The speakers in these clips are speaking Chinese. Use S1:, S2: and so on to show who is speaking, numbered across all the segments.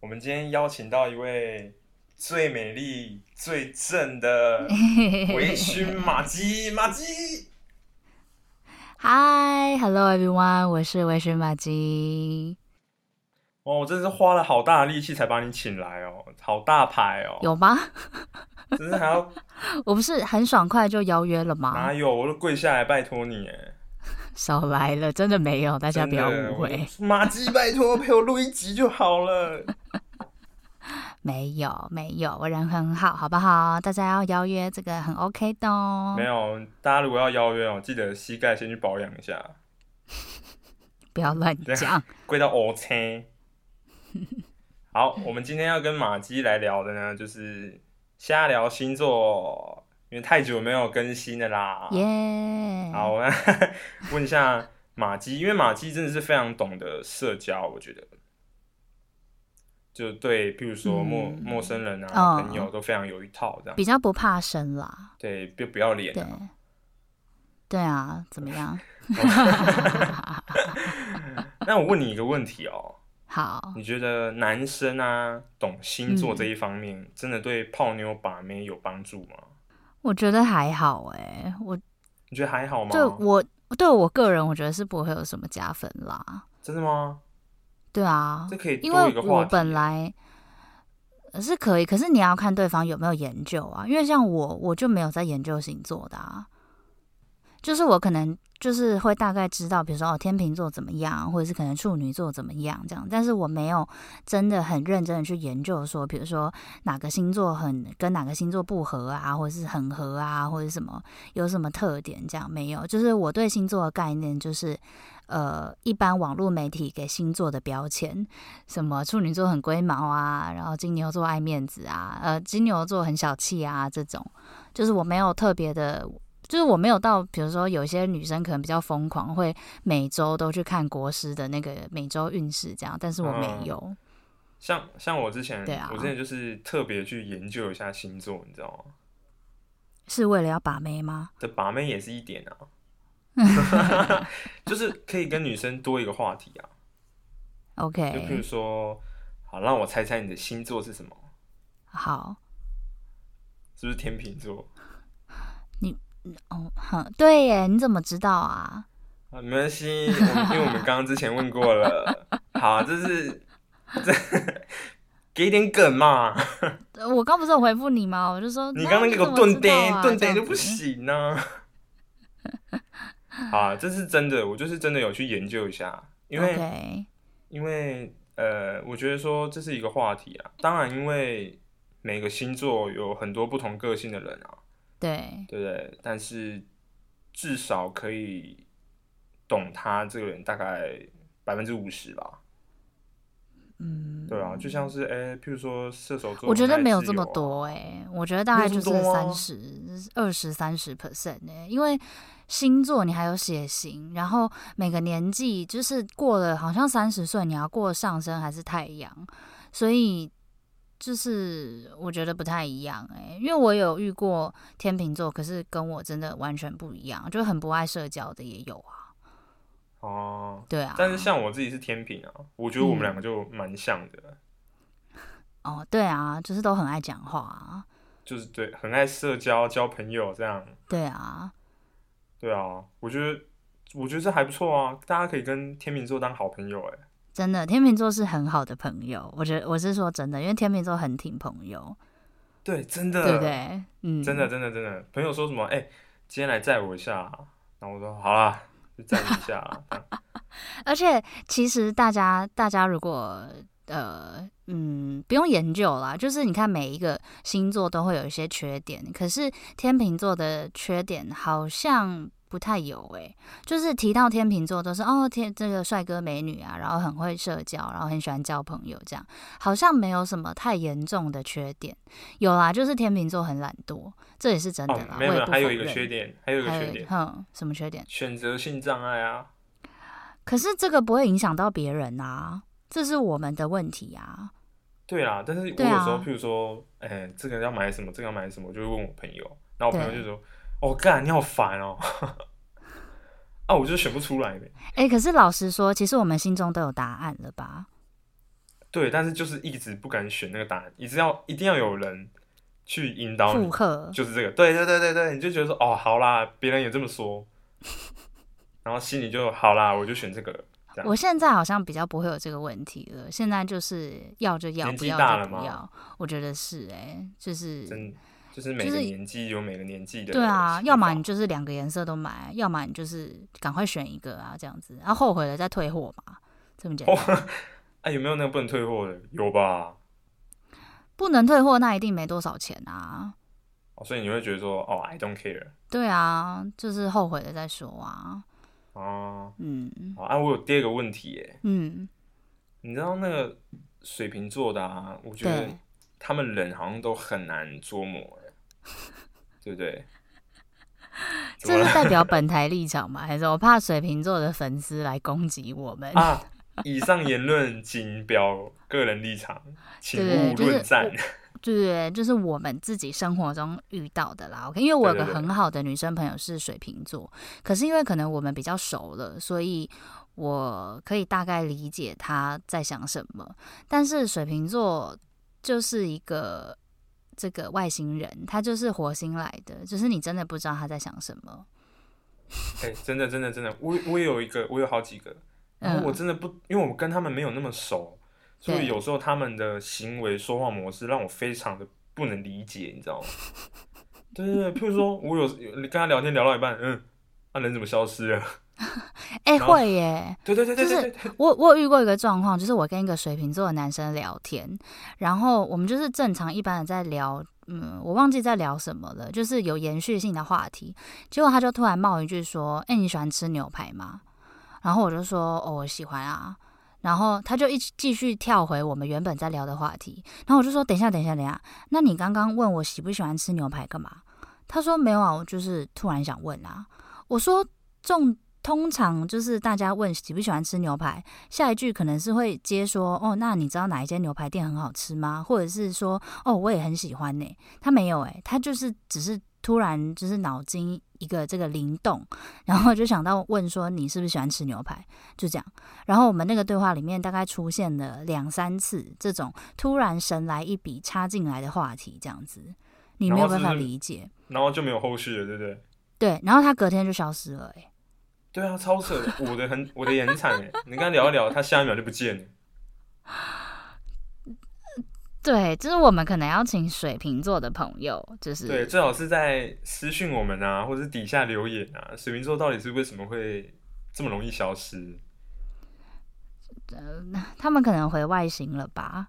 S1: 我们今天邀请到一位最美丽、最正 的微醺马姬，马姬。
S2: Hi, hello everyone，我是微醺马姬。
S1: 哇，我真是花了好大的力气才把你请来哦，好大牌哦！
S2: 有吗？
S1: 真是还要
S2: 我不是很爽快就邀约了吗
S1: 哪？有？我都跪下来拜托你哎！
S2: 少来了，真的没有，大家
S1: 真
S2: 不
S1: 的
S2: 要误会，，
S1: 我马姬拜托陪我录一集就好了。
S2: 没有没有，我人很好，好不好？大家要邀约这个很 OK 的 哦
S1: 没，有，大家如果要邀约哦，记得膝盖先去保养一下，
S2: 不要乱
S1: 对
S2: 讲。
S1: 跪到 O 青。好，我们今天要跟马姬来聊的呢，就是瞎聊星座，因为太久没有更新了啦。
S2: 耶、
S1: 好，我们问一下马姬，因为马姬真的是非常懂得社交，我觉得，就对，譬如说陌、
S2: 嗯
S1: 陌生人啊、
S2: 哦
S1: 朋友都非常有一套这样，
S2: 比较不怕生啦，
S1: 对，不不要脸
S2: 对
S1: 啊。，
S2: 对啊，怎么 样？
S1: 那我问你一个问题哦，
S2: 好，
S1: 你觉得男生啊懂星
S2: 嗯
S1: 座这一方面，真的对泡妞把妹有帮助吗？
S2: 我觉得还好哎、我
S1: 你觉得还好吗？
S2: 对我对我个人，我觉得是不会有什么加分啦。
S1: 真的吗？
S2: 对啊，
S1: 这可以
S2: 因
S1: 多一
S2: 为
S1: 个
S2: 我
S1: 话题。
S2: 本来呃是可以，可是你要看对方有没有研究啊。因为像我，我就没有在研究星座的啊，就是我可能就是会大概知道，比如说哦天秤座怎么样，啊或者是可能处女座怎么样这样，但是我没有真的很认真的去研究说，比如说哪个星座很跟哪个星座不合啊，或者是很合啊，或者是什么有什么特点这样没有。就是我对星座的概念就是。呃，一般网络媒体给星座的标签，什么处女座很龟毛啊，然后金牛座爱面子啊，呃，金牛座很小气啊，这种就是我没有特别的，就是我没有到，比如说有些女生可能比较疯狂，会每周都去看国师的那个每周运势这样，但是我没有，
S1: 像像我之前，
S2: 对啊
S1: 我之前就是特别去研究一下星座，你知道吗？
S2: 是为了要把妹吗？
S1: 这把妹也是一点啊， 就是可以跟女生多一个话题啊。就譬如
S2: OK，
S1: 说，好，让我猜猜你的星座是什么？
S2: 好，
S1: 是不是天秤座？
S2: 哦，哼，对耶，你怎么知道啊？
S1: 啊，没关系，我们因为我们刚刚之前问过 了。好，这是这 给一点梗嘛。
S2: 呃我刚不是有回复你吗？我就说
S1: 你
S2: 那
S1: 刚刚那
S2: 你
S1: 个
S2: 怎么
S1: 顿
S2: 知道
S1: 呆
S2: 啊
S1: 顿
S2: 这
S1: 呆
S2: 样
S1: 就不
S2: 子
S1: 行呢、啊。啊，这是真的，我就是真的有去研究一下，因为
S2: OK，
S1: 因为呃，我觉得说这是一个话题啊。当然，因为每个星座有很多不同个性的人啊，
S2: 对，
S1: 对不对？但是至少可以懂他这个人大概百分之五十吧。
S2: 嗯，
S1: 对啊，就像是哎、譬如说射手座，
S2: 我觉得没有
S1: 很爱
S2: 这
S1: 自由
S2: 么
S1: 啊。
S2: 多哎、我觉得大
S1: 没
S2: 概
S1: 有这
S2: 就
S1: 么
S2: 是
S1: 多吗
S2: 三十、二十、三十 percent 哎，因为星座你还有血型，然后每个年纪就是过了，好像三十岁你要过上升还是太阳，所以就是我觉得不太一样哎、因为我有遇过天秤座，可是跟我真的完全不一样，就很不爱社交的也有啊，
S1: 哦、
S2: 对啊，
S1: 但是像我自己是天平啊，我觉得我们
S2: 嗯
S1: 两个就蛮像的。
S2: 哦对啊，就是都很爱讲话啊，
S1: 就是对，很爱社交、交朋友这样。
S2: 对啊，
S1: 对啊，我觉得我觉得这还不错啊，大家可以跟天秤座当好朋友哎、
S2: 真的，天秤座是很好的朋友，我觉得我是说真的，因为天秤座很挺朋友，
S1: 对，真的，
S2: 对不对？嗯，
S1: 真的，真的，真的。朋友说什么？哎、今天来载我一下啊、然后我说好啦，就载你一下啊、这样
S2: 而且其实大家，大家如果呃嗯不用研究啦，就是你看每一个星座都会有一些缺点，可是天秤座的缺点好像。不太有诶、就是提到天秤座都是哦天这个帅哥美女啊，然后很会社交，然后很喜欢交朋友，这样好像没有什么太严重的缺点。有啦，就是天秤座很懒惰，这也是 真的啦。
S1: 哦，
S2: 我
S1: 没有没
S2: 也
S1: 有，
S2: 不
S1: 还有
S2: 否
S1: 一个缺
S2: 认，
S1: 点，还有一个
S2: 还
S1: 缺
S2: 有
S1: 点，
S2: 哼什么缺点？
S1: 选择性障碍啊。
S2: 可是这个不会影响到别人啊，这是我们的问题啊。
S1: 对啦，但是我有时
S2: 对啊
S1: 候，譬如说，哎、这个要买什么，这个要买什么，我就会问我朋友，然后我朋友
S2: 对
S1: 就说：“哦，干，你好烦哦。” 啊，我就选不出来呗。
S2: 诶，可是老实说，其实我们心中都有答案了吧？
S1: 对，但是就是一直不敢选那个答案，一直要一定要有人去引导
S2: 附
S1: 你，
S2: 和，
S1: 就是这个，对对对对对，你就觉得说哦，好啦，别人也这么说，然后心里就好啦，我就选这个了。这样
S2: 我现在好像比较不会有这个问题了，现在就是要就要，
S1: 年
S2: 不
S1: 纪大
S2: 要
S1: 了
S2: 就不
S1: 吗
S2: 要。我觉得是哎、就是
S1: 真就是每
S2: 就
S1: 个
S2: 是
S1: 年纪有每个年纪的
S2: 对啊，
S1: 想
S2: 要么
S1: 法
S2: 你就是两个颜色都买，要么你就是赶快选一个啊，这样子，然、后后悔了再退货嘛，这么简单。
S1: 啊有没有那个不能退货的？有吧？
S2: 不能退货那一定没多少钱啊，
S1: 哦，所以你会觉得说哦，I don't care
S2: 对啊，就是后悔了再说啊，
S1: 啊。
S2: 嗯
S1: 好啊，我有第二个问题耶，
S2: 嗯，
S1: 你知道那个水瓶座的啊，我觉得
S2: 对，
S1: 他们人好像都很难捉摸耶，对不对？怎么
S2: 这
S1: 了
S2: 是代表本台立场吗？还是我怕水瓶座的粉丝来攻击我们？
S1: 啊，以上言论仅表个人立场，请
S2: 对
S1: 勿
S2: 就是
S1: 论战。
S2: 对，就是我们自己生活中遇到的啦。OK，因为我有
S1: 对
S2: 个
S1: 对对
S2: 很好的女生朋友是水瓶座，可是因为可能我们比较熟了，所以我可以大概理解她在想什么。但是水瓶座就是一个这个外星人，他就是火星来的，就是你真的不知道他在想什么。
S1: 哎、真的真的真的，我我也有一个，我有好几个，然后我
S2: 嗯，
S1: 真的不，因为我跟他们没有那么熟，所
S2: 对
S1: 以有时候他们的行为说话模式让我非常的不能理解，你知道吗？对对对，譬如说我有有跟他聊天聊到一半，嗯，啊人怎么消失了？
S2: 哎、
S1: 然后
S2: 会耶。
S1: 对对对对
S2: 就是
S1: 对对对，
S2: 我我有遇过一个状况，就是我跟一个水瓶座的男生聊天，然后我们就是正常一般的在聊，嗯，我忘记在聊什么了，就是有延续性的话题。结果他就突然冒一句说：“哎、你喜欢吃牛排吗？”然后我就说：“哦，我喜欢啊。”然后他就一直继续跳回我们原本在聊的话题，然后我就说：“等一下，等一下，等一下，那你刚刚问我喜不喜欢吃牛排干嘛？”他说：“没有啊，我就是突然想问啊。”我说：“重通常就是大家问喜不喜欢吃牛排，下一句可能是会接说，哦，那你知道哪一间牛排店很好吃吗？或者是说，哦，我也很喜欢呢、他没有诶、欸他就是只是突然就是脑筋一个这个灵动，然后就想到问说你是不是喜欢吃牛排，就这样。然后我们那个对话里面大概出现了两三次这种突然神来一笔插进来的话题，这样子你没有办
S1: 然
S2: 法
S1: 后是不是
S2: 理解。
S1: 然后就没有后续了，对不对？
S2: 对，然后他隔天就消失了、欸，
S1: 对啊，超扯的，我的很我的也很惨哎，你跟他聊一聊，他下一秒就不见了。
S2: 对，就是我们可能要请水瓶座的朋友，就是
S1: 对，最好是在私讯我们啊，或者是底下留言啊。水瓶座到底是为什么会这么容易消失？
S2: 他们可能回外星了吧？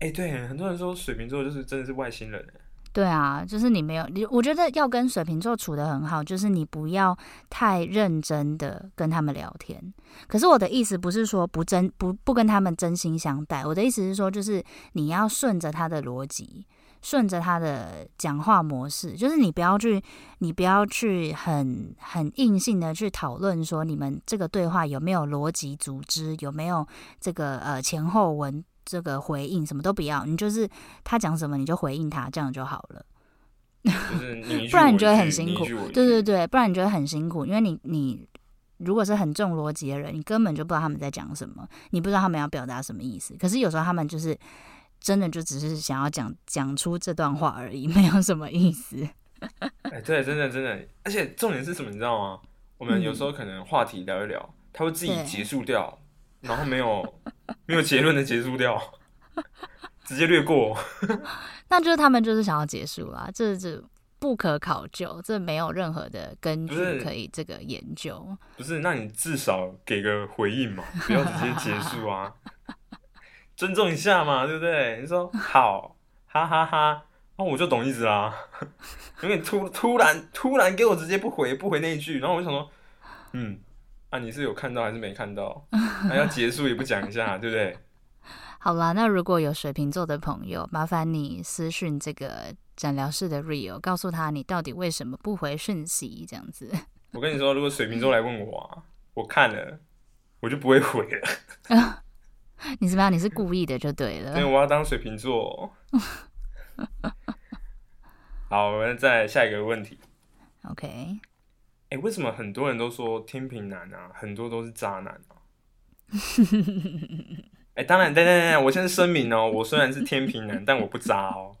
S1: 哎、对，很多人说水瓶座就是真的是外星人欸，
S2: 对啊，就是你没有你，我觉得要跟水瓶座处得很好，就是你不要太认真的跟他们聊天。可是我的意思不是说不真不不跟他们真心相待，我的意思是说，就是你要顺着他的逻辑，顺着他的讲话模式，就是你不要去，你不要去很很硬性的去讨论说你们这个对话有没有逻辑组织，有没有这个呃前后文。这个回应什么都不要，你就是他讲什么你就回应他，这样就好了。
S1: 就是你一句
S2: 不然
S1: 我
S2: 你
S1: 一
S2: 觉得
S1: 句
S2: 很辛
S1: 你一
S2: 苦
S1: 句我一句
S2: 对对对，不然你觉得很辛苦，因为你你如果是很重逻辑的人，你根本就不知道他们在讲什么，你不知道他们要表达什么意思。可是有时候他们就是真的就只是想要讲讲出这段话而已，没有什么意思。
S1: 哎、对，真的真的，而且重点是什么，你知道吗？我们有时候可能话题聊一聊，他会自己
S2: 嗯对
S1: 结束掉，然后没有没有结论的结束掉，直接略过。
S2: 那就是他们就是想要结束啊，这这不可考究，这没有任何的根
S1: 不是
S2: 据可以这个研究。
S1: 不是，那你至少给个回应嘛，不要直接结束啊， 尊重一下嘛，对不对？你说好，哈哈哈，那、我就懂意思啦。 因为你突突然突然给我直接不回不回那一句，然后我就想说，嗯，啊你是有看到还是没看到？那、要结束也不讲一下，对不对？
S2: 好啦，那如果有水瓶座的朋友，麻烦你私讯这个诊疗室的 Rio，告诉他你到底为什么不回讯息，这样子。
S1: 我跟你说，如果水瓶座来问我啊，我看了我就不会回了，
S2: 你怎么样？你是故意的就对
S1: 因为
S2: 了。
S1: 我要当水瓶座。好，我们再来下一个问题。
S2: OK，
S1: 哎、为什么很 多人都说天平男啊，很多都是渣男啊？哎、当然，等等等等，我先声明哦，我虽然是天平男，但我不渣哦。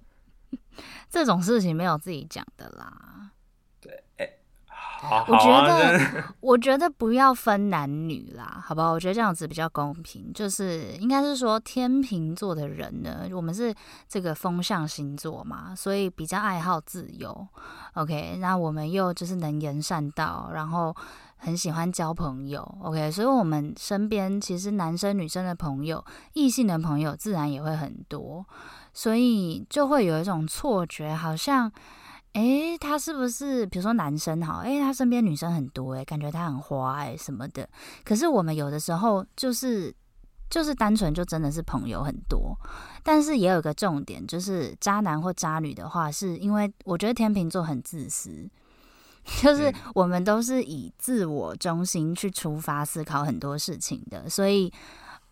S2: 这种事情没有自己讲的啦。
S1: 好，
S2: 我
S1: 好啊
S2: 觉得
S1: 真的
S2: 我觉得不要分男女啦，好不好？我觉得这样子比较公平。就是应该是说天秤座的人呢，我们是这个风象星座嘛，所以比较爱好自由。OK，那我们又就是能言善道，然后很喜欢交朋友。OK，所以我们身边其实男生女生的朋友，异性的朋友自然也会很多，所以就会有一种错觉，好像诶，他是不是比如说男生好？诶，他身边女生很多、诶，感觉他很花、诶什么的。可是我们有的时候就是就是单纯就真的是朋友很多，但是也有个重点，就是渣男或渣女的话，是因为我觉得天秤座很自私。 就是
S1: 嗯
S2: 我们都是以自我中心去出发思考很多事情的，所以，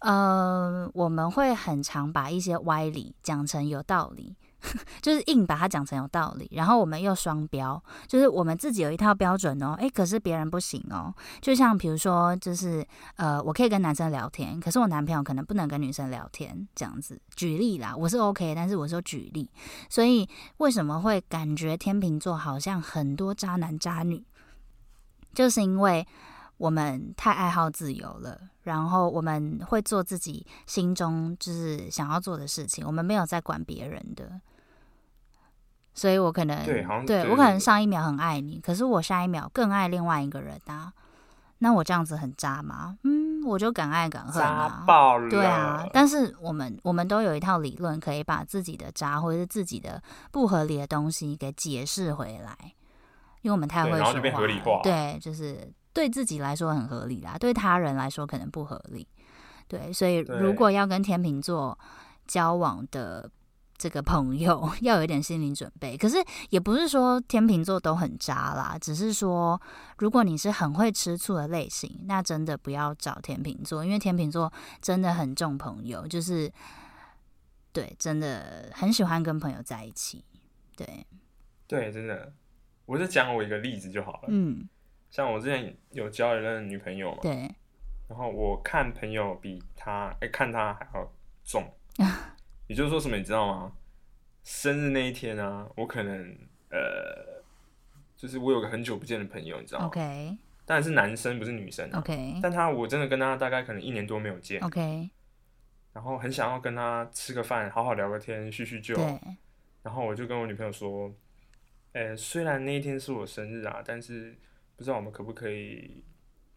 S2: 呃，我们会很常把一些歪理讲成有道理， 就是硬把它讲成有道理，然后我们又双标，就是我们自己有一套标准哦，诶，可是别人不行哦。就像比如说，就是呃，我可以跟男生聊天，可是我男朋友可能不能跟女生聊天，这样子。举例啦，我是 OK，但是我说举例，所以为什么会感觉天秤座好像很多渣男渣女，就是因为我们太爱好自由了，然后我们会做自己心中就是想要做的事情，我们没有在管别人的。所以我可能
S1: 对好像对
S2: 我可能
S1: 对
S2: 上一秒很爱你，可是我下一秒更爱另外一个人啊。那我这样子很渣吗？嗯，我就敢爱敢恨
S1: 渣
S2: 啊。
S1: 爆了。
S2: 对啊，但是我们我们都有一套理论，可以把自己的渣或者是自己的不合理的东西给解释回来，因为我们太
S1: 对
S2: 会
S1: 然后就
S2: 说
S1: 变
S2: 话
S1: 合理
S2: 了
S1: 化
S2: 对，就是对自己来说很合理啦，对他人来说可能不合理。对，所以
S1: 对
S2: 如果要跟天秤座交往的这个朋友， 要有一点心理准备。可是也不是说天秤座都很渣啦，只是说如果你是很会吃醋的类型，那真的不要找天秤座，因为天秤座真的很重朋友，就是对，真的很喜欢跟朋友在一起。对，
S1: 对，真的，我就讲我一个例子就好了。
S2: 嗯，
S1: 像我之前有交一任女朋友嘛，
S2: 对，
S1: 然后我看朋友比她，哎、看她还要 重，也就是说什么，你知道吗？生日那一天啊，我可能呃，就是我有个很久不见的朋友，你知道吗
S2: OK
S1: 当然是男生，不是女生啊。
S2: OK
S1: 但他我真的跟他大概可能一年多没有见，
S2: OK，
S1: 然后很想要跟他吃个饭，好好聊个天，叙叙旧。
S2: 对，
S1: 然后我就跟我女朋友说，呃，虽然那一天是我生日啊，但是不知道我们可不可以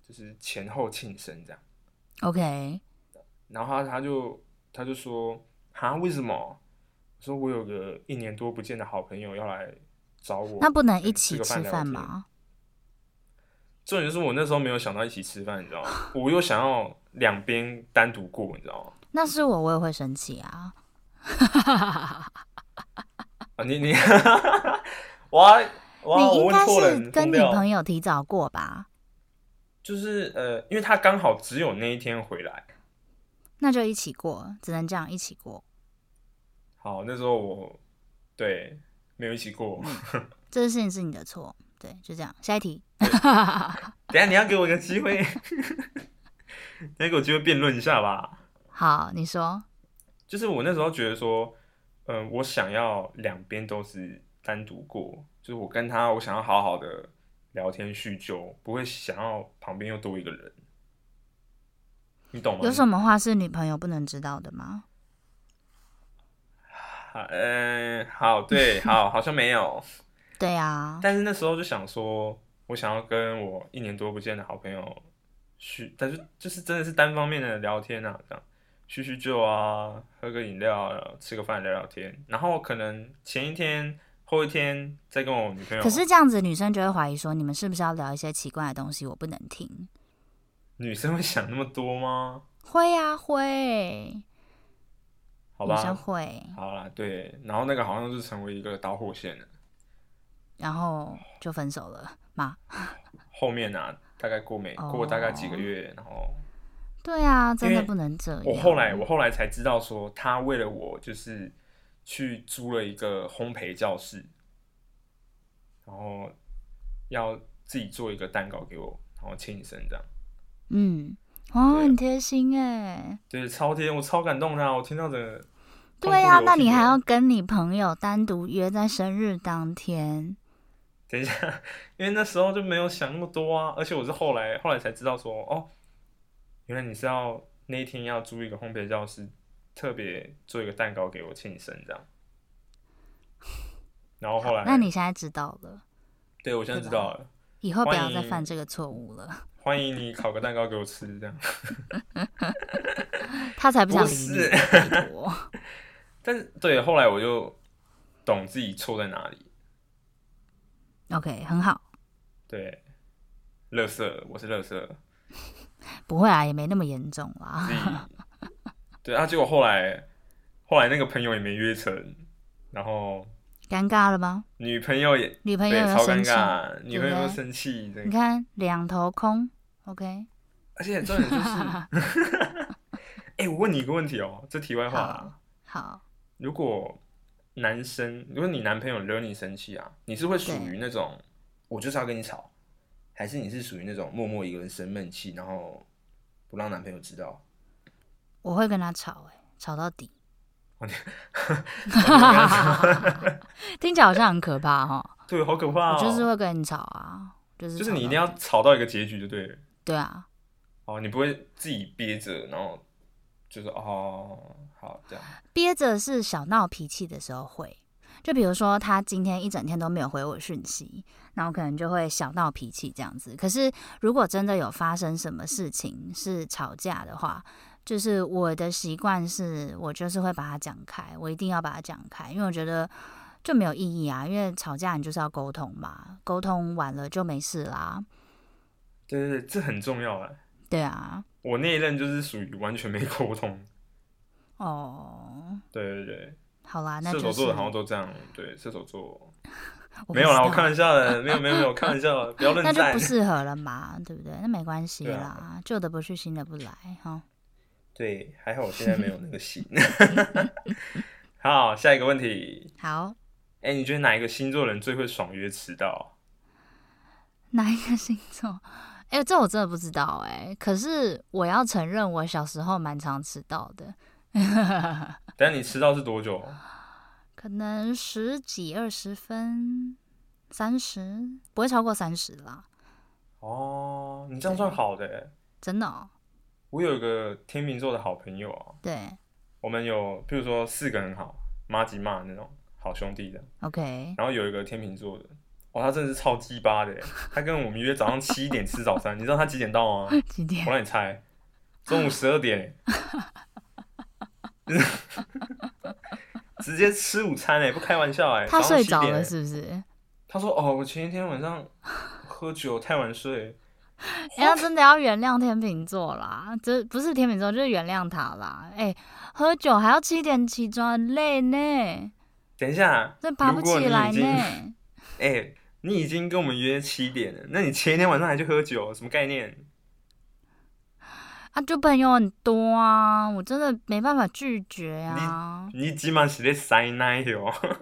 S1: 就是前后庆生这样。
S2: OK
S1: 然后他他就他就说，哈，为什么？我说我有个一年多不见的好朋友要来找我，
S2: 那不能
S1: 嗯
S2: 一
S1: 吃
S2: 起
S1: 个
S2: 吃
S1: 饭聊
S2: 饭
S1: 天
S2: 吗？
S1: 重点就是我那时候没有想到一起吃饭，你知道吗？我又想要两边单独过，你知道吗？
S2: 那是我，我也会生气啊。
S1: 啊，你 你，哇哇，
S2: 你
S1: 我
S2: 应
S1: 问
S2: 该
S1: 错人，
S2: 是跟
S1: 疯
S2: 你
S1: 掉
S2: 朋友提早过吧？
S1: 就是呃，因为他刚好只有那一天回来。
S2: 那就一起过，只能这样一起过。
S1: 好，那时候我对没有一起过。
S2: 嗯这件事情是你的错，对，就这样。下一题，
S1: 等一下你要给我一个机会， 你要给我机会辩论一下吧。
S2: 好，你说，
S1: 就是我那时候觉得说，嗯、我想要两边都是单独过，就是我跟他，我想要好好的聊天叙旧，不会想要旁边又多一个人。你懂吗？
S2: 有什么话是女朋友不能知道的吗？
S1: 好，嗯、好，对，好，好像没有。
S2: 对啊，
S1: 但是那时候就想说，我想要跟我一年多不见的好朋友叙，但是就是真的是单方面的聊天啊，这样叙叙旧啊，喝个饮料、啊，吃个饭聊聊天，然后可能前一天、后一天再跟我女朋友。
S2: 可是这样子女生就会怀疑说，你们是不是要聊一些奇怪的东西？我不能听。
S1: 女生会想那么多吗？
S2: 会啊，会，
S1: 好
S2: 女生
S1: 吧，
S2: 会，
S1: 好啦，对，然后那个好像就成为一个导火线了。
S2: 然后就分手了嘛？
S1: 后面啊，大概过没
S2: 哦
S1: 过大概几个月，然后
S2: 对啊，真
S1: 因
S2: 的
S1: 为
S2: 不能这样。
S1: 我后来我后来才知道说，他为了我就是去租了一个烘焙教室，然后要自己做一个蛋糕给我，然后庆生这样。
S2: 嗯，哦，
S1: 对
S2: 很贴心哎。
S1: 对，超贴，我超感动他，我听到整个痛哭
S2: 对呀、
S1: 流
S2: 啊
S1: 涕
S2: 那你还
S1: 耶
S2: 要跟你朋友单独约在生日当天，
S1: 等一下，因为那时候就没有想那么多啊，而且我是后来后来才知道说，哦，原来你是要那一天要租一个烘焙教室，特别做一个蛋糕给我庆生这样。然后后来，
S2: 那你现在知道了，
S1: 对我现在知道了，
S2: 以后不要再
S1: 欢迎
S2: 犯这个错误了。
S1: 欢迎你烤个蛋糕给我吃这样。
S2: 他才不想
S1: 不
S2: 理你
S1: 是
S2: 呢，拜托。
S1: 但是对，后来我就懂自己错在哪里，
S2: OK，很好，
S1: 对，乐色，我是乐色，
S2: 不会啊，也没那么严重啦
S1: 自。己 对啊，结果后来后来那个朋友也没约成，然后
S2: 尴尬了吗？
S1: 女朋友也。
S2: 女朋友
S1: 对，
S2: 有没有
S1: 超尴
S2: 生气？
S1: 尬，女朋友
S2: 对
S1: 会
S2: 不对
S1: 生气，这
S2: 你
S1: 个，
S2: 看两头空，OK，
S1: 而且重点就是， 哎、 我问你一个问题哦，这题外话啊，
S2: 好，
S1: 如果男生，如果你男朋友惹你生气啊，你是会属于那种我就是要跟你吵，还是你是属于那种默默一个人生闷气，然后不让男朋友知道？
S2: 我会跟他吵、哎，吵到 底。 听起来好像很可怕哦，
S1: 对，好可怕
S2: 我
S1: 哦，
S2: 就是会跟你吵啊，就是
S1: 就是
S2: 吵
S1: 你一
S2: 到
S1: 定要
S2: 底
S1: 吵到一个结局就对了，
S2: 对啊，
S1: 哦，你不会自己憋着，然后就是哦，好这样，
S2: 憋着是小闹脾气的时候会，就比如说他今天一整天都没有回我讯息，那我可能就会小闹脾气这样子。可是如果真的有发生什么事情是吵架的话，就是我的习惯是我就是会把它讲开，我一定要把它讲开，因为我觉得。就没有意义啊，因为吵架你就是要沟通嘛，沟通完了就没事啦。
S1: 对对对，这很重要啊。
S2: 对啊，
S1: 我那一任就是属于完全没沟通，
S2: 哦，
S1: 对对对，
S2: 好啦，那
S1: 射
S2: 就
S1: 手
S2: 是
S1: 座的好像都这样，对，射手座
S2: 我不
S1: 没有啦，
S2: 知
S1: 我
S2: 道
S1: 开玩笑 的，没有没有没有，我开玩笑的，不要认
S2: 那就
S1: 栽
S2: 不。适合了嘛，对不对？那没关系
S1: 对
S2: 啦，
S1: 啊
S2: 旧的不去，新的不来哈。
S1: 对，还好我现在没有那个心。 好，下一个问题，
S2: 好，
S1: 哎、你觉得哪一个星座人最会爽约迟到？
S2: 哪一个星座？哎、这我真的不知道哎、可是我要承认，我小时候蛮常迟到的，
S1: 等一下你迟到是多久？
S2: 可能十几、二十分、三十，不会超过三十啦，
S1: 哦，你这样算好的、欸
S2: 真的、哦。
S1: 我有一个天秤座的好朋友啊，
S2: 对
S1: 我们有，譬如说四个很好，妈吉骂那种好兄弟的，
S2: ，OK，
S1: 然后有一个天秤座的，哇，他真的是超鸡巴的耶，欸他跟我们约早上七点吃早餐，你知道他几点到吗？
S2: 几
S1: 我
S2: 点？
S1: 让你猜，中午十二点， 直接吃午餐哎，不开玩笑哎，
S2: 他
S1: 早上
S2: 睡
S1: 7
S2: 着
S1: 点
S2: 了
S1: 耶
S2: 是不是？
S1: 他说哦，我前一天晚上喝酒太晚睡，
S2: 哎、要真的要原谅天秤座啦，这不是天秤座，就是原谅他啦。哎、喝酒还要七点起床，很累呢，
S1: 等一下，啊
S2: 这爬不
S1: 如果
S2: 起
S1: 你
S2: 来
S1: 已经
S2: 呢。
S1: 哎、你已经跟我们约七点了，那你前一天晚上还去喝酒，什么概念？
S2: 啊，就朋友很多啊，我真的没办法拒绝啊。
S1: 你今晚是在塞奶哦 哟，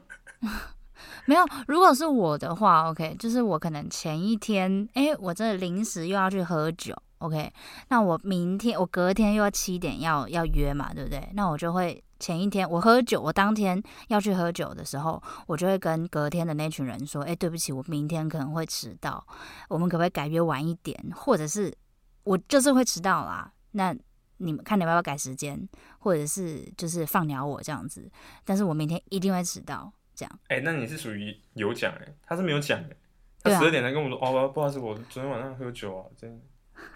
S2: 没有，如果是我的话，OK，就是我可能前一天，哎、我真的临时又要去喝酒，OK，那我明天我隔天又要七点要要约嘛，对不对？那我就会前一天我喝酒，我当天要去喝酒的时候，我就会跟隔天的那群人说，哎、对不起，我明天可能会迟到，我们可不可以改约晚一点？或者是我就是会迟到啦，那你们看你们要不要改时间，或者是就是放鸟我这样子，但是我明天一定会迟到，这样。
S1: 哎、那你是属于有讲哎、他是没有讲哎、
S2: 对
S1: 他
S2: 啊
S1: 十二点才跟我说、哦，不好意思，我昨天晚上喝酒啊，真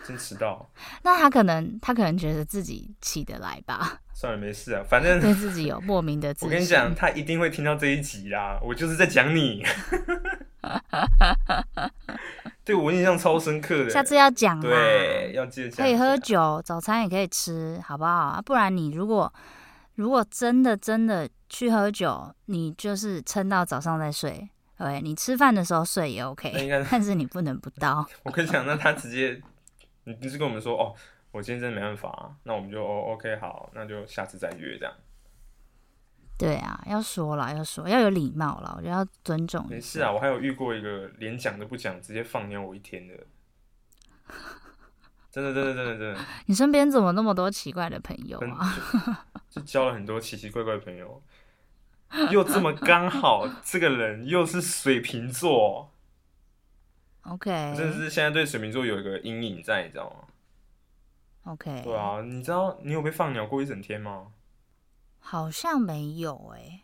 S1: 真迟到，
S2: 那他可能他可能觉得自己起得来吧，
S1: 算了，没事啊，反正
S2: 对自己有莫名的自
S1: 我
S2: 信。
S1: 跟你讲，，他一定会听到这一集啦，我就是在讲你，对我印象超深刻的，
S2: 下次要讲啦，
S1: 对，要记得讲
S2: 可
S1: 一
S2: 以
S1: 下，
S2: 喝酒，早餐也可以吃，好不好？啊不然你如果如果真的真的去喝酒，你就是撑到早上再睡。对，你吃饭的时候睡也
S1: 那应
S2: OK，
S1: 该
S2: 但是你不能不到。
S1: 我跟你讲，那他直接，你就是跟我们说哦，我今天真的没办法、啊，那我们就哦 OK 好，那就下次再约这样。
S2: 对啊，要说了，要说，要有礼貌了，我觉得要尊重。
S1: 没事啊，我还有遇过一个连讲都不讲，直接放尿我一天的，真的真的真的真的，
S2: 你身边怎么那么多奇怪的朋友
S1: 真
S2: 啊？
S1: 就交了很多奇奇怪怪的朋友，又这么刚好，这个人又是水瓶座，我真的
S2: OK
S1: 是现在对水瓶座有一个阴影在，你知道吗？
S2: OK，
S1: 对啊，你知道你有被放鸟过一整天吗？
S2: 好像没有哎、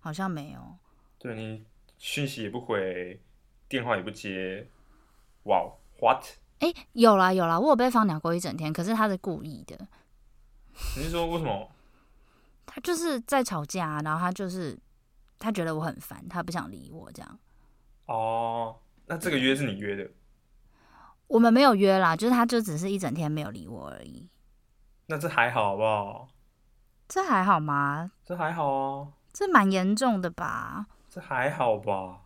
S2: 好像没有。
S1: 对你讯息也不回，电话也不接，哇、w h a t
S2: 哎、有啦有啦，我有被放鸟过一整天，可是他是故意的，
S1: 你是说为什么？
S2: 他就是在吵架，啊然后他就是他觉得我很烦，他不想理我这样。
S1: 哦，那这个约是你约的，
S2: 我们没有约啦，就是他就只是一整天没有理我而已，
S1: 那这还好好不好？
S2: 这还好吗？
S1: 这还好啊，
S2: 这蛮严重的吧？
S1: 这还好吧？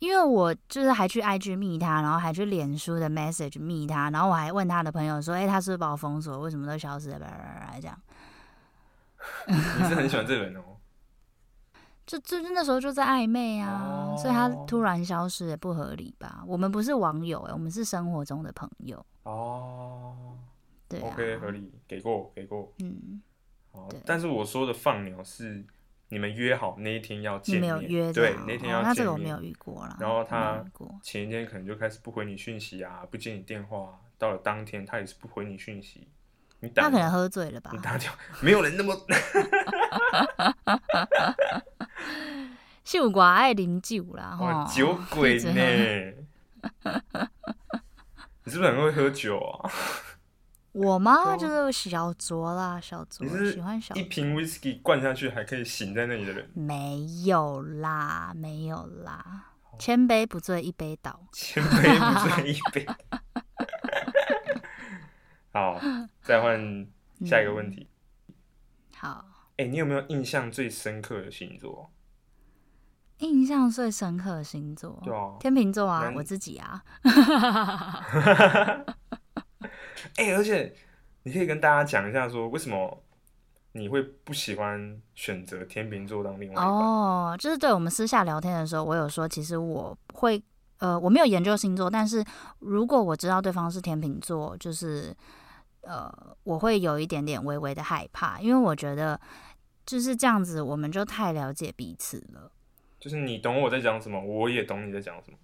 S2: 因为我就是还去 IG 密他，然后还去脸书的 message 密他，然后我还问他的朋友说，哎、他是不是把我封锁？为什么都消失了？叭叭叭叭这样。
S1: 你是很喜欢这个人哦。
S2: 就就就那时候就在暧昧啊，
S1: 哦
S2: 所以他突然消失也不合理吧？我们不是网友哎、我们是生活中的朋友，
S1: 哦、
S2: 对啊
S1: o k 合理，给过给过。
S2: 嗯，
S1: 好
S2: 对，
S1: 但是我说的放鸟是你们约好那一天要
S2: 你
S1: 见
S2: 没
S1: 面，
S2: 有约这
S1: 对
S2: 样，
S1: 那天
S2: 哦
S1: 要
S2: 那这
S1: 见
S2: 个我
S1: 面。
S2: 没有遇过啦，
S1: 然后他
S2: 没有遇过，
S1: 前一天可能就开始不回你讯息啊，不接你电话啊、到了当天他也是不回你讯息，你打
S2: 他可能喝醉了吧
S1: 你？打电话，没有人那 么
S2: 秀寡爱啉酒啦，
S1: 哇
S2: 哈，
S1: 哦酒鬼
S2: 一直喝
S1: 呢。 你是不是很会喝酒啊？
S2: 我吗？
S1: 对
S2: 就是小酌啦，小
S1: 你
S2: 酌，
S1: 是
S2: 喜欢小
S1: 一瓶 whisky 灌下去还可以醒在那里的人，
S2: 没有啦，没有啦，
S1: 哦
S2: 千杯不醉一杯倒。
S1: 千杯不醉一杯。 好，再换下一个问题。
S2: 好，
S1: 哎、你有没有印象最深刻的星座？
S2: 印象最深刻的星座，
S1: 对啊
S2: 天秤座啊
S1: 男，
S2: 我自己啊，
S1: 哎、而且你可以跟大家讲一下，说为什么你会不喜欢选择天秤座当另外一半？
S2: 哦，就是对我们私下聊天的时候，我有说，其实我会，呃，我没有研究星座，但是如果我知道对方是天秤座，就是，呃，我会有一点点微微的害怕，因为我觉得就是这样子，我们就太了解彼此了。
S1: 就是你懂我在讲什么，我也懂你在讲什么。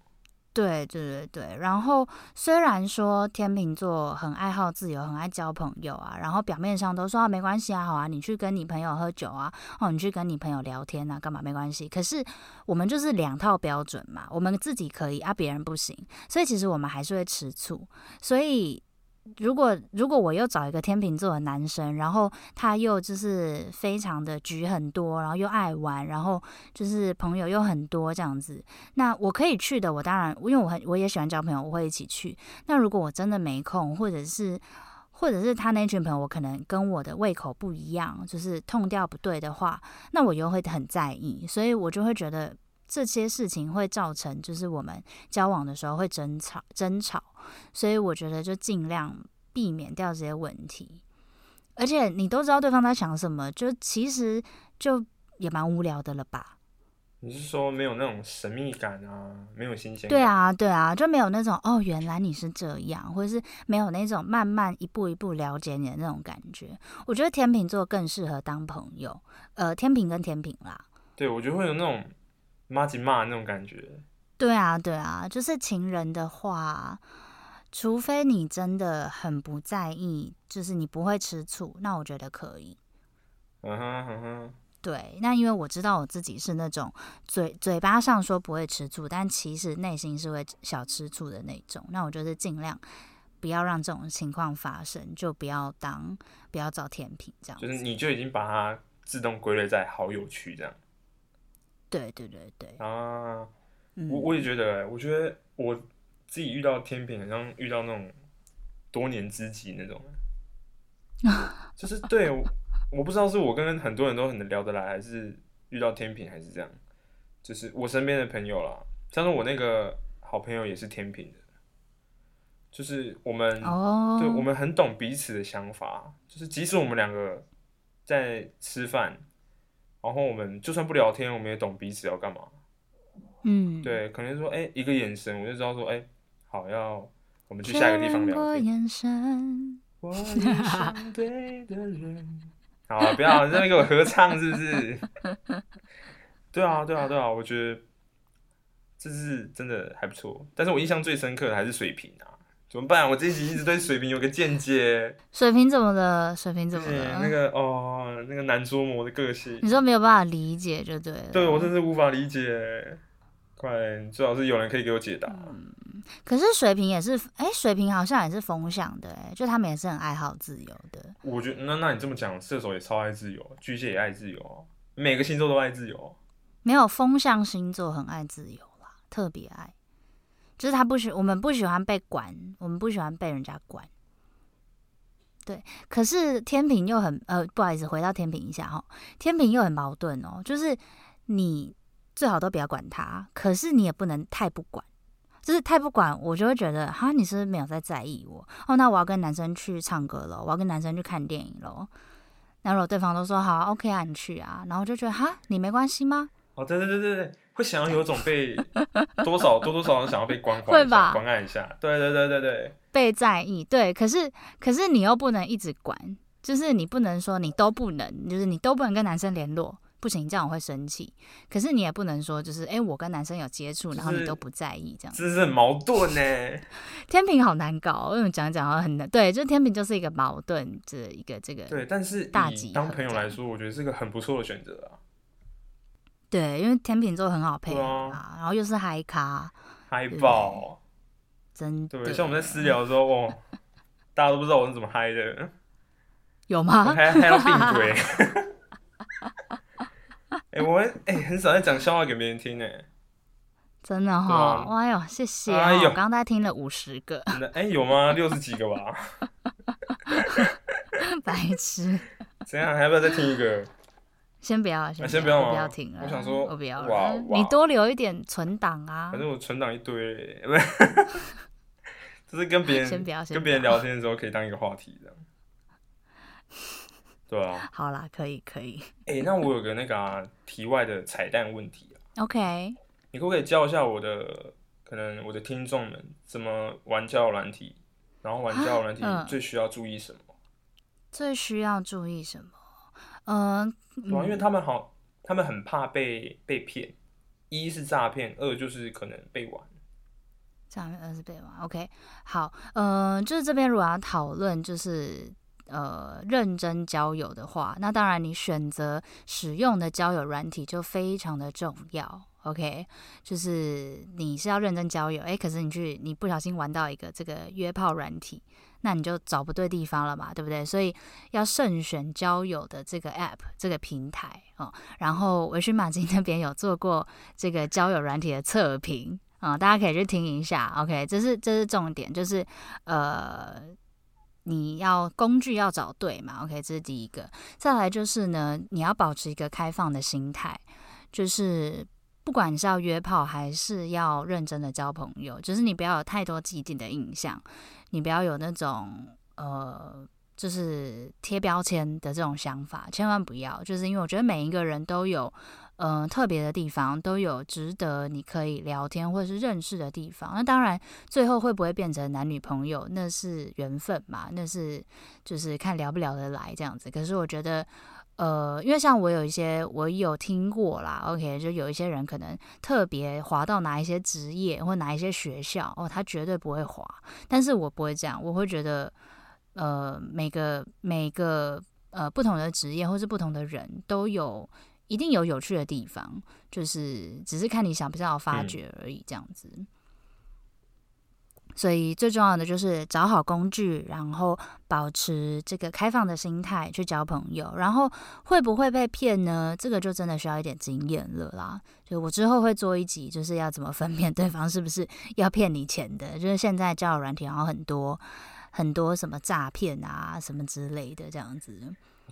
S2: 对对对对，然后虽然说天秤座很爱好自由，很爱交朋友啊，然后表面上都说、啊、没关系啊，好啊，你去跟你朋友喝酒啊，哦，你去跟你朋友聊天啊，干嘛没关系。可是我们就是两套标准嘛，我们自己可以啊，别人不行，所以其实我们还是会吃醋。所以如果如果我又找一个天秤座的男生，然后他又就是非常的局很多，然后又爱玩，然后就是朋友又很多这样子，那我可以去的，我当然，因为我很我也喜欢交朋友，我会一起去。那如果我真的没空，或者是或者是他那群朋友，我可能跟我的胃口不一样，就是痛调不对的话，那我又会很在意，所以我就会觉得这些事情会造成就是我们交往的时候会争吵争吵，所以我觉得就尽量避免掉这些问题。而且你都知道对方在想什么，就其实就也蛮无聊的了吧？
S1: 你是说没有那种神秘感啊，没有新鲜感？
S2: 对，啊，对啊，就没有那种哦，原来你是这样，或者是没有那种慢慢一步一步了解你的那种感觉。我觉得天秤座更适合当朋友，呃，天平跟天平啦。
S1: 对我觉得会有那种骂吉骂那种感觉。
S2: 对啊，对啊，就是情人的话，除非你真的很不在意，就是你不会吃醋，那我觉得可以。
S1: 嗯哼嗯哼，
S2: 对，那因为我知道我自己是那种嘴嘴巴上说不会吃醋，但其实内心是会小吃醋的那种。那我就是尽量不要让这种情况发生，就不要当不要找甜品这样
S1: 就是
S2: 子。
S1: 你就已经把它自动归类在好友区这样
S2: 对对对对，
S1: 啊。
S2: 嗯
S1: 我我也觉得欸，我觉得我自己遇到天平，好像遇到那种多年知己那种，就是对我，我不知道是我跟很多人都很聊得来，还是遇到天平还是这样，就是我身边的朋友啦，像是我那个好朋友也是天平的，就是我们
S2: 哦，
S1: 对，我们很懂彼此的想法，就是即使我们两个在吃饭，然后我们就算不聊天，我们也懂彼此要干嘛。
S2: 嗯，
S1: 对，可能说，哎、一个眼神我就知道说，哎、好要我们去下
S2: 确
S1: 一个地方
S2: 认
S1: 聊哎
S2: 过
S1: 天。
S2: 眼神，
S1: 我遇上对的人。好啊，不要你在那边给我合唱是不是？ 对啊，对啊，对啊，我觉得这是真的还不错。但是我印象最深刻的还是水瓶啊，怎么办？我这一集一直对水瓶有个见解，
S2: 水瓶怎么了？水瓶怎么嗯
S1: 对
S2: 了？
S1: 哎那个哦，那个难捉摸的个性
S2: 你，说没有办法理解就对了。
S1: 对我真是无法理解。快，最好是有人可以给我解答。
S2: 嗯可是水瓶也是，哎、水瓶好像也是风向的、哎，就他们也是很爱好自由的。
S1: 我觉得那那你这么讲，射手也超爱自由，巨蟹也爱自由啊，每个星座都爱自由。
S2: 没有风象星座很爱自由啦，特别爱，就是他不喜我们不喜欢被管，我们不喜欢被人家管。对，可是天平又很呃，不好意思，回到天平一下哈，天平又很矛盾哦，就是你最好都不要管他，可是你也不能太不管。就是太不管，我就会觉得哈，你是不是没有在在意我？哦，那我要跟男生去唱歌了，我要跟男生去看电影喽。然后如果对方都说好啊，OK 啊，你去啊，然后我就觉得哈，你没关系吗？
S1: 哦，对对对对对，会想要有种 被多少多多少少想要被关怀
S2: 会
S1: 一
S2: 吧
S1: 下、关爱一下。对对对对对，
S2: 被在意，对，可是可是你又不能一直管，就是你不能说你都不能，就是你都不能跟男生联络，不行，这样我会生气。可是你也不能说就是诶，我跟男生有接触，
S1: 是
S2: 然后你都不在 意这样。
S1: 真是很矛盾呢。
S2: 天平好难搞，哦因为讲一讲好像很难，对，就天平就是一个矛盾这一个这个
S1: 对，但是
S2: 大集
S1: 以
S2: 合
S1: 当朋友来说，我觉得是个很不错的选择啊。
S2: 对，因为天秤座很好配合
S1: 对
S2: 啊，然后又是嗨咖，
S1: 嗨爆，
S2: 真的
S1: 对，像我们在
S2: 啊
S1: 私聊的时候，哦，大家都不知道我是怎么嗨的，
S2: 有
S1: 我
S2: 吗？
S1: 嗨嗨到病 鬼。哎、我很哎、很少在讲笑话给别人听呢。
S2: 真的
S1: 对
S2: 哈
S1: 啊，
S2: 哎呦，谢谢
S1: 哎
S2: 哦，
S1: 呦
S2: 我刚刚大概听了五十个，
S1: 真的哎、有吗？六十几个吧？
S2: 白痴。
S1: 怎样？还要不要再听一个？
S2: 先不要啊，
S1: 先
S2: 不
S1: 不
S2: 要，
S1: 要
S2: 我不
S1: 吗
S2: 要停了。
S1: 我想说
S2: 我不要
S1: 哇
S2: 了。嗯
S1: 哇
S2: 你多留一点存档啊
S1: 反。正我存档一堆 嘞，不是，就是跟别人
S2: 先不要先
S1: 跟
S2: 不
S1: 别人
S2: 要
S1: 聊天的时候可以当一个话题这样。对啊，
S2: 好啦，可以可以。
S1: 哎、那我有个那个、啊、题外的彩蛋问题啊，
S2: OK，
S1: 你可不可以教一下我的可能我的听众们怎么玩交友软体，然后玩交友软体
S2: 啊嗯
S1: 最需要注意什么？
S2: 最需要注意什么？嗯、
S1: 对啊，因为他们好，他们很怕被被骗，一是诈骗，二就是可能被玩。
S2: 这样二十倍嘛。OK，好，呃，就是这边如果要讨论，就是呃认真交友的话，那当然你选择使用的交友软体就非常的重要。OK，就是你是要认真交友，诶，可是你去你不小心玩到一个这个约炮软体，那你就找不对地方了嘛，对不对？所以要慎选交友的这个 App 这个平台哦。然后维勋马金那边有做过这个交友软体的测评啊、大家可以去听一下。OK，这是这是重点，就是呃，你要工具要找对嘛。OK，这是第一个。再来就是呢，你要保持一个开放的心态，就是。不管你是要约炮还是要认真的交朋友，就是你不要有太多既定的印象，你不要有那种呃，就是贴标签的这种想法，千万不要。就是因为我觉得每一个人都有嗯、呃特别的地方，都有值得你可以聊天或者是认识的地方。那当然，最后会不会变成男女朋友，那是缘分嘛，那是就是看聊不聊得来这样子。可是我觉得。呃，因为像我有一些我有听过啦，OK，就有一些人可能特别滑到哪一些职业或哪一些学校，哦，他绝对不会滑，但是我不会这样，我会觉得，呃，每个每个呃不同的职业或是不同的人都有一定有有趣的地方，就是只是看你想不想要发
S1: 嗯
S2: 掘而已，这样子。所以最重要的就是找好工具，然后保持这个开放的心态去交朋友。然后会不会被骗呢？这个就真的需要一点经验了啦。就我之后会做一集，就是要怎么分辨对方是不是要骗你钱的。就是现在交友软体好像很多很多什么诈骗啊什么之类的这样子。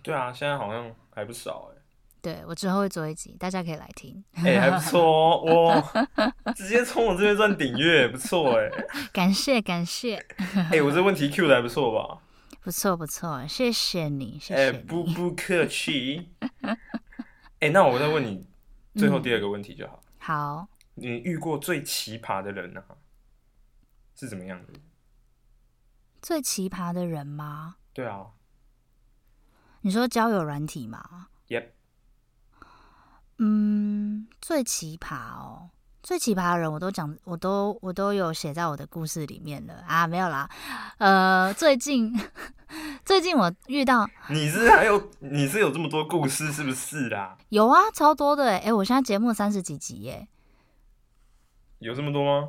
S1: 对啊，现在好像还不少哎、
S2: 对我之后会做一集，大家可以来听。
S1: 哎、还不错哦， 哇，直接从我这边赚顶月，不错哎、
S2: 感谢感谢，
S1: 哎、我这问题 Q 的还不错吧？
S2: 不错不错，谢谢你谢
S1: 哎、
S2: 谢
S1: 不
S2: 你。
S1: 不客气。哎、那我再问你最后
S2: 嗯
S1: 第二个问题就好，
S2: 好，
S1: 你遇过最奇葩的人啊，是怎么样的？
S2: 最奇葩的人吗？
S1: 对啊
S2: 你说交友软体吗？
S1: ，Yep，
S2: 嗯，最奇葩哦，最奇葩的人我都讲，我都我都有写在我的故事里面了啊，没有啦。呃，最近 最近我遇到
S1: 你是还有你是有这么多故事是不是啦？
S2: 有啊，超多的诶、我现在节目三十几集耶。
S1: 有这么多吗？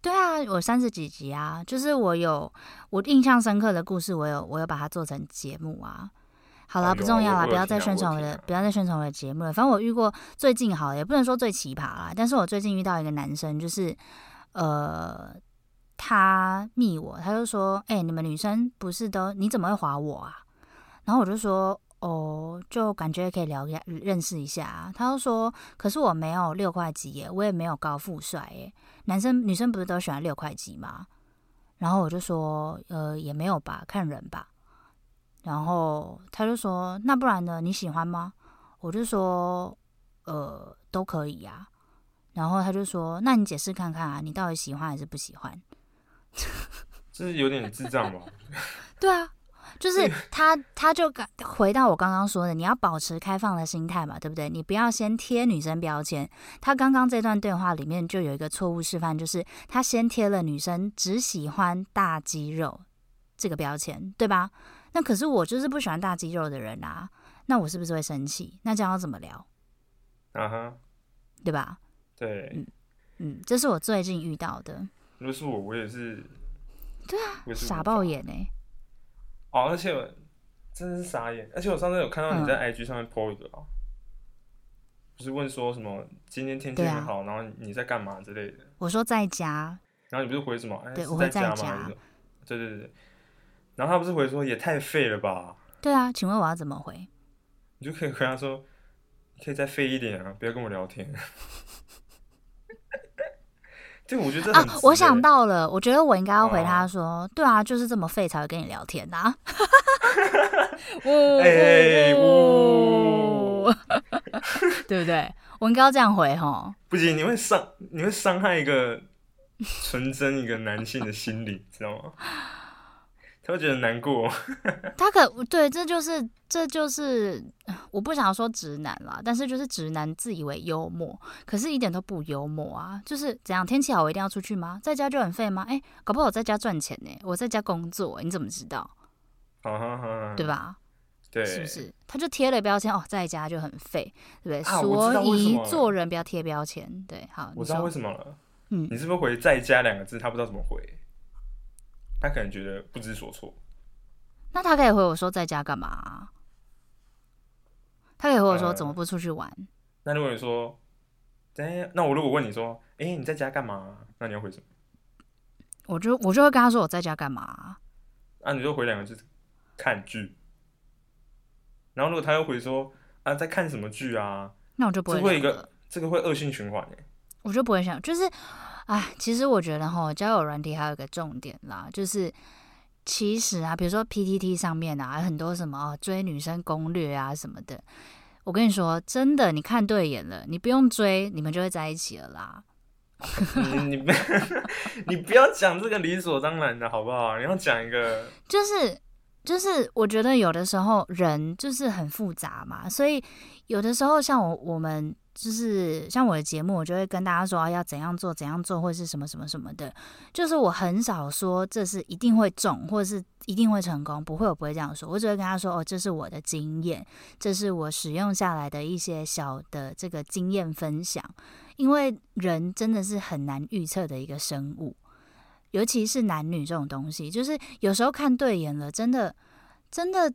S2: 对啊，我三十几集啊，就是我有我印象深刻的故事，我有我有把它做成节目啊。好
S1: 哎
S2: 啦，
S1: 呦
S2: 不重要
S1: 我
S2: 啦，
S1: 我有
S2: 不要再
S1: 听啊
S2: 宣传
S1: 我
S2: 我
S1: 有听
S2: 的
S1: 啊，
S2: 不要再宣传我的节目了。反正我遇过最近好了，也不能说最奇葩啦，但是我最近遇到一个男生，就是呃，他密我，他就说：“哎、你们女生不是都你怎么会划我啊？”然后我就说：“哦，就感觉可以聊一下，认识一下啊。”他就说：“可是我没有六块肌耶，我也没有高富帅耶，男生女生不是都喜欢六块肌吗？”然后我就说：“呃，也没有吧，看人吧。”然后他就说：“那不然呢？你喜欢吗？”我就说：“呃，都可以啊。”然后他就说：“那你解释看看啊，你到底喜欢还是不喜欢
S1: 这是有点智障 吧？？”
S2: 对啊，就是他，他就感回到我刚刚说的，你要保持开放的心态嘛，对不对？你不要先贴女生标签。他刚刚这段对话里面就有一个错误示范，就是他先贴了女生只喜欢大肌肉这个标签，对吧？那可是我就是不喜欢大肌肉的人啊，那我是不是会生气？那这样要怎么聊，
S1: 啊哈，
S2: 对吧？
S1: 对，
S2: 嗯，这是我最近遇到的，
S1: 如果是我，我也是，
S2: 对
S1: 啊，我也是
S2: 傻
S1: 无
S2: 爆
S1: 法
S2: 眼哎、
S1: 哦，而且我真的是傻眼，而且我上次有看
S2: 嗯
S1: 到你在 IG 上面 po 一个啊，不是问说什么今天天气
S2: 对啊
S1: 很好，然后你在干嘛之类的，
S2: 我说在家，
S1: 然后你不是回什么？哎，
S2: 对
S1: 是
S2: 我会
S1: 在
S2: 在
S1: 家
S2: 家
S1: 吗？还是什么对对对对，然后他不是回说也太废了吧？
S2: 对啊，请问我要怎么回？
S1: 你就可以回答说，你可以再废一点啊，不要跟我聊 天。 对，我觉得这
S2: 啊
S1: 很、，欸
S2: 我想，到了，我觉得我应该要回他
S1: 哦
S2: 说，对啊，就是这么废才会跟你聊天 呐、啊。
S1: 哎呜，
S2: 对不对？我应该要这样回吼。
S1: 不行，你会伤，你会伤害一个纯真一个男性的心理，知道吗？ 他会觉得难过。啊
S2: 他可对，这就是这就是我不想说直男啦，但是就是直男自以为幽默，可是一点都不幽默啊！就是怎样天气好，我一定要出去吗？在家就很废吗？哎，搞不好我在家赚钱呢、我在家工作、你怎么知道？
S1: 啊哈哈，
S2: 对？吧？
S1: 对，
S2: 是不是？他就贴了标签哦，在家就很废，对不对？
S1: 啊我知道
S2: 所
S1: 为什
S2: 以
S1: 么了
S2: 做人不要贴标签。对，好，
S1: 我
S2: 你
S1: 知道
S2: 说
S1: 为什么了。
S2: 嗯
S1: 你是不是回“在家”两个字，他不知道怎么回，他可能觉得不知所措。
S2: 那他可以回我说在家干嘛啊、他可以回我说
S1: 呃
S2: 怎么不出去玩？
S1: 那如果你说，哎，那我如果问你说，哎、你在家干嘛？那你要回什么？
S2: 我就我就会跟他说我在家干嘛啊、
S1: 啊，你就回两个字，看剧。然后如果他又回说，啊，在看什么剧啊？
S2: 那我就不
S1: 这
S2: 会
S1: 会一
S2: 聊
S1: 个
S2: 了，，
S1: 这个会恶性循环哎。
S2: 我就不会想，就是，哎，其实我觉得哈，交友软体还有一个重点啦，就是其实啊，比如说 PTT 上面啊，很多什么、哦、追女生攻略啊什么的，我跟你说，真的，你看对眼了，你不用追，你们就会在一起了啦。
S1: 你你 不你不要讲这个理所当然的好不好？你要讲一个
S2: 就是就是，我觉得有的时候人就是很复杂嘛，所以有的时候像我我们就是像我的节目，我就会跟大家说、啊、要怎样做怎样做，或是什么什么什么的。就是我很少说这是一定会中，或是一定会成功，不会我不会这样说，我只会跟他说哦，这是我的经验，这是我使用下来的一些小的这个经验分享，因为人真的是很难预测的一个生物。尤其是男女这种东西，就是有时候看对眼了，真的真的，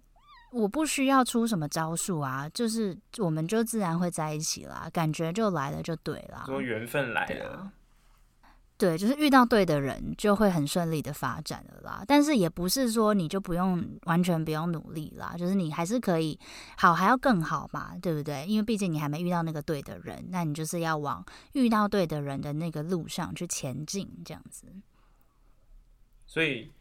S2: 我不需要出什么招数啊，就是我们就自然会在一起啦，感觉就来了就对啦。
S1: 说缘分来
S2: 对
S1: 了
S2: 啊，对，就是遇到对的人就会很顺利的发展了啦。但是也不是说你就不用完全不用努力啦，就是你还是可以好，还要更好嘛，对不对？因为毕竟你还没遇到那个对的人，那你就是要往遇到对的人的那个路上去前进，这样子。
S1: 所以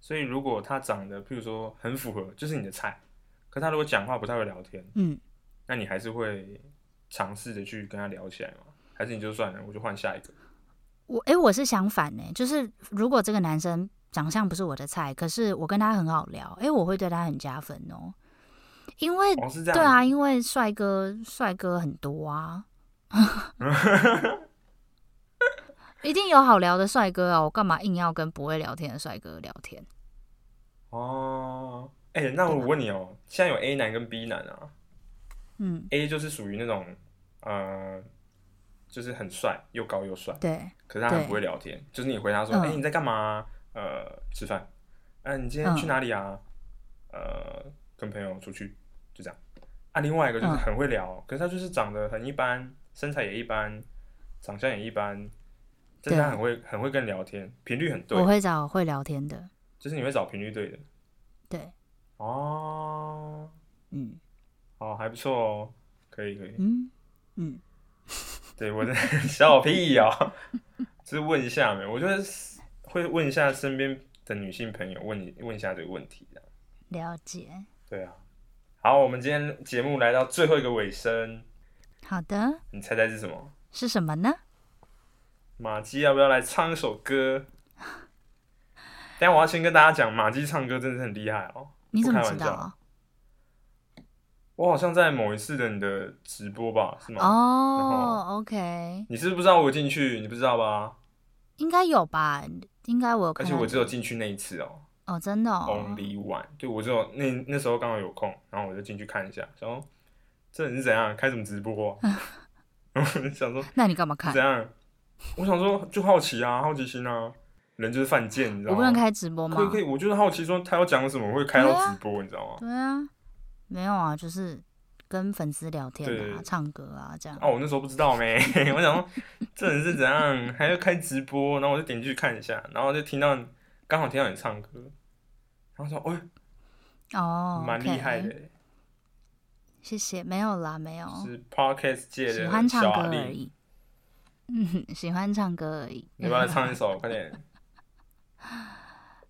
S1: 所以如果他长得譬如说很符合，就是你的菜，可他如果讲话不太会聊天，
S2: 嗯，
S1: 那你还是会尝试着去跟他聊起来吗？还是你就算了，我就换下一个？
S2: 我诶，我是相反呢、就是如果这个男生长相不是我的菜，可是我跟他很好聊，诶、我会对他很加分哦，因为
S1: 哦，是这样。
S2: 对啊，因为帅哥帅哥很 多啊，一定有好聊的帅哥啊，我干嘛硬要跟不会聊天的帅哥聊天？
S1: 哦，哎、那
S2: 啊
S1: 我问你哦，现在有 A 男跟 B 男啊
S2: 嗯，
S1: ，A 就是属于那种呃，就是很帅又高又帅，
S2: 对，
S1: 可是他很
S2: 对
S1: 不会聊天，就是你回他说，
S2: 嗯
S1: 哎、你在干嘛啊、呃，吃饭。嗯、你今天去
S2: 嗯
S1: 哪里啊？呃，跟朋友出去，就这样。啊，另外一个就是
S2: 嗯
S1: 很会聊，可是他就是长得很一般，身材也一般，长相也一般，但是他
S2: 对
S1: 很会很会跟你聊天，频率很对
S2: 我，会找会聊天的，
S1: 就是你会找频率对的。
S2: 对，
S1: 哦，
S2: 嗯
S1: 哦，还不错哦，可以可以。
S2: 嗯嗯，
S1: 对我的 小屁哦，就是问一下没有，我觉得是会问一下身边的女性朋友，问你问一下这个问题的。
S2: 了解，
S1: 对啊，好，我们今天节目来到最后一个尾声，
S2: 好的，
S1: 你猜猜是什么？
S2: 是什么呢？
S1: 马姬要不要来唱一首歌？但我要先跟大家讲，马姬唱歌真的是很厉害哦。
S2: 你怎么知
S1: 不开玩笑
S2: 道啊？
S1: 我好像在某一次的你的直播吧，是吗？
S2: 哦，OK，
S1: 你是不是不知道我进去？你不知道吧？
S2: 应该有吧？应该我有
S1: 而
S2: 看
S1: 且
S2: 到
S1: 我
S2: 你
S1: 只有进去那一次哦。
S2: 哦，真的哦，
S1: only one，对我只有那那时候刚好有空，然后我就进去看一下，想说这人是怎样开什么直播、啊， 然后我就想说
S2: 那你干嘛看
S1: 怎？样，我想说就好奇啊，好奇心啊，人就是犯贱，你知道吗？
S2: 我不能开直播吗
S1: 可？以可以，我就是好奇说他要讲什么会开到直播，你知道吗？
S2: 对啊，没有啊，就是跟粉丝聊天啊
S1: 对，
S2: 唱歌啊，这样。
S1: 啊，我那时候不知道没， 我想说这人是怎样还要开直播，然后我就点进去看一下，然后就听到刚好听到你唱歌，然后说哎，
S2: 哦，
S1: 蛮厉害的
S2: OK，
S1: 欸，
S2: 谢谢。没有啦，没有，
S1: 是 podcast 界
S2: 喜
S1: 的
S2: 欢唱
S1: 小
S2: 歌
S1: 阿
S2: 而
S1: 力。
S2: 已。嗯，喜欢唱歌而已。
S1: 你要不要来唱一首？快 点！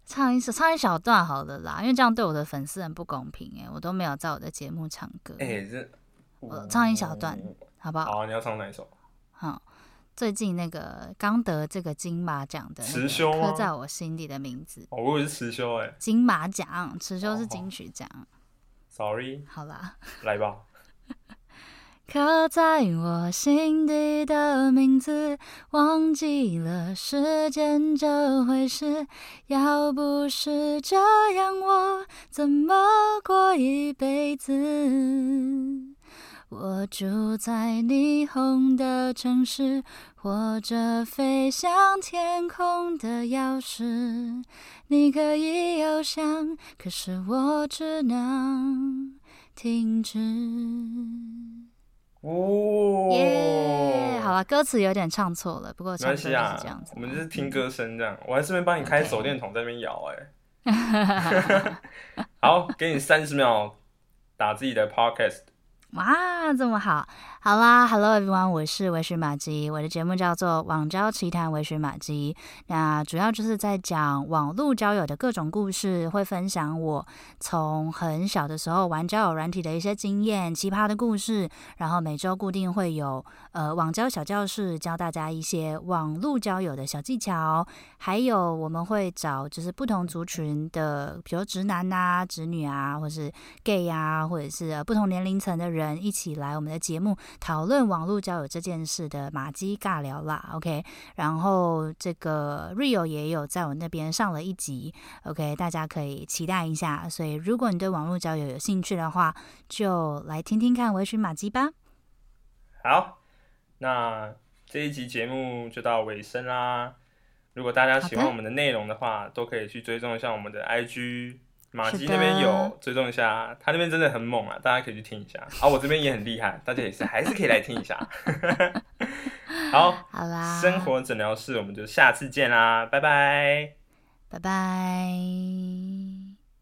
S2: 唱一首，唱一小段好了啦，因为这样对我的粉丝很不公平哎、我都没有在我的节目唱歌，
S1: 哎、这嗯
S2: 我呃唱一小段好不好？
S1: 好，你要唱哪一首？
S2: 好，最近那个刚得这个金马奖的、那
S1: 辞
S2: 个
S1: 修吗
S2: 刻在我心底的名字，
S1: 哦，我以为是辞修哎
S2: 金马奖，辞修
S1: 哦
S2: 是金曲奖，
S1: ，sorry，
S2: 好啦。
S1: 来吧。
S2: 刻在我心底的名字，忘记了时间这回事。要不是这样，我怎么过一辈子？我住在霓虹的城市，握着飞向天空的钥匙。你可以翱翔，可是我只能停止。
S1: 哦，
S2: 耶、好了，歌词有点唱错了，不过
S1: 没
S2: 唱歌
S1: 关
S2: 就是
S1: 系啊
S2: 这样子嘛。
S1: 我们就是听歌声这样。我还顺便帮你开
S2: OK
S1: 手电筒在那边摇哎。 好，给你三十秒打自己的 podcast。
S2: 哇，这么好！好啦，Hello everyone，我是微醺马姬，我的节目叫做《网交奇谈微醺马姬》，那主要就是在讲网络交友的各种故事，会分享我从很小的时候玩交友软体的一些经验、奇葩的故事，然后每周固定会有呃网交小教室教大家一些网络交友的小技巧，还有我们会找就是不同族群的，比如直男啊、直女啊，或是 gay 呀、或者是、呃不同年龄层的人一起来我们的节目讨论网络交友这件事的马基尬聊啦，OK。然后这个 Rio 也有在我那边上了一集，OK，大家可以期待一下。所以如果你对网络交友有兴趣的话，就来听听看微醺马基吧。
S1: 好，那这一集节目就到尾声啦。如果大家喜欢
S2: 好的
S1: 我们的内容的话，都可以去追踪一下我们的 IG，马
S2: 是
S1: 吉
S2: 的
S1: 那边有追踪一下，他那边真的很猛啊，大家可以去听一下。啊，我这边也很厉害，大家也是还是可以来听一下。 好，
S2: 好啦，
S1: 生活诊疗室，我们就下次见啦，拜拜。
S2: 拜拜。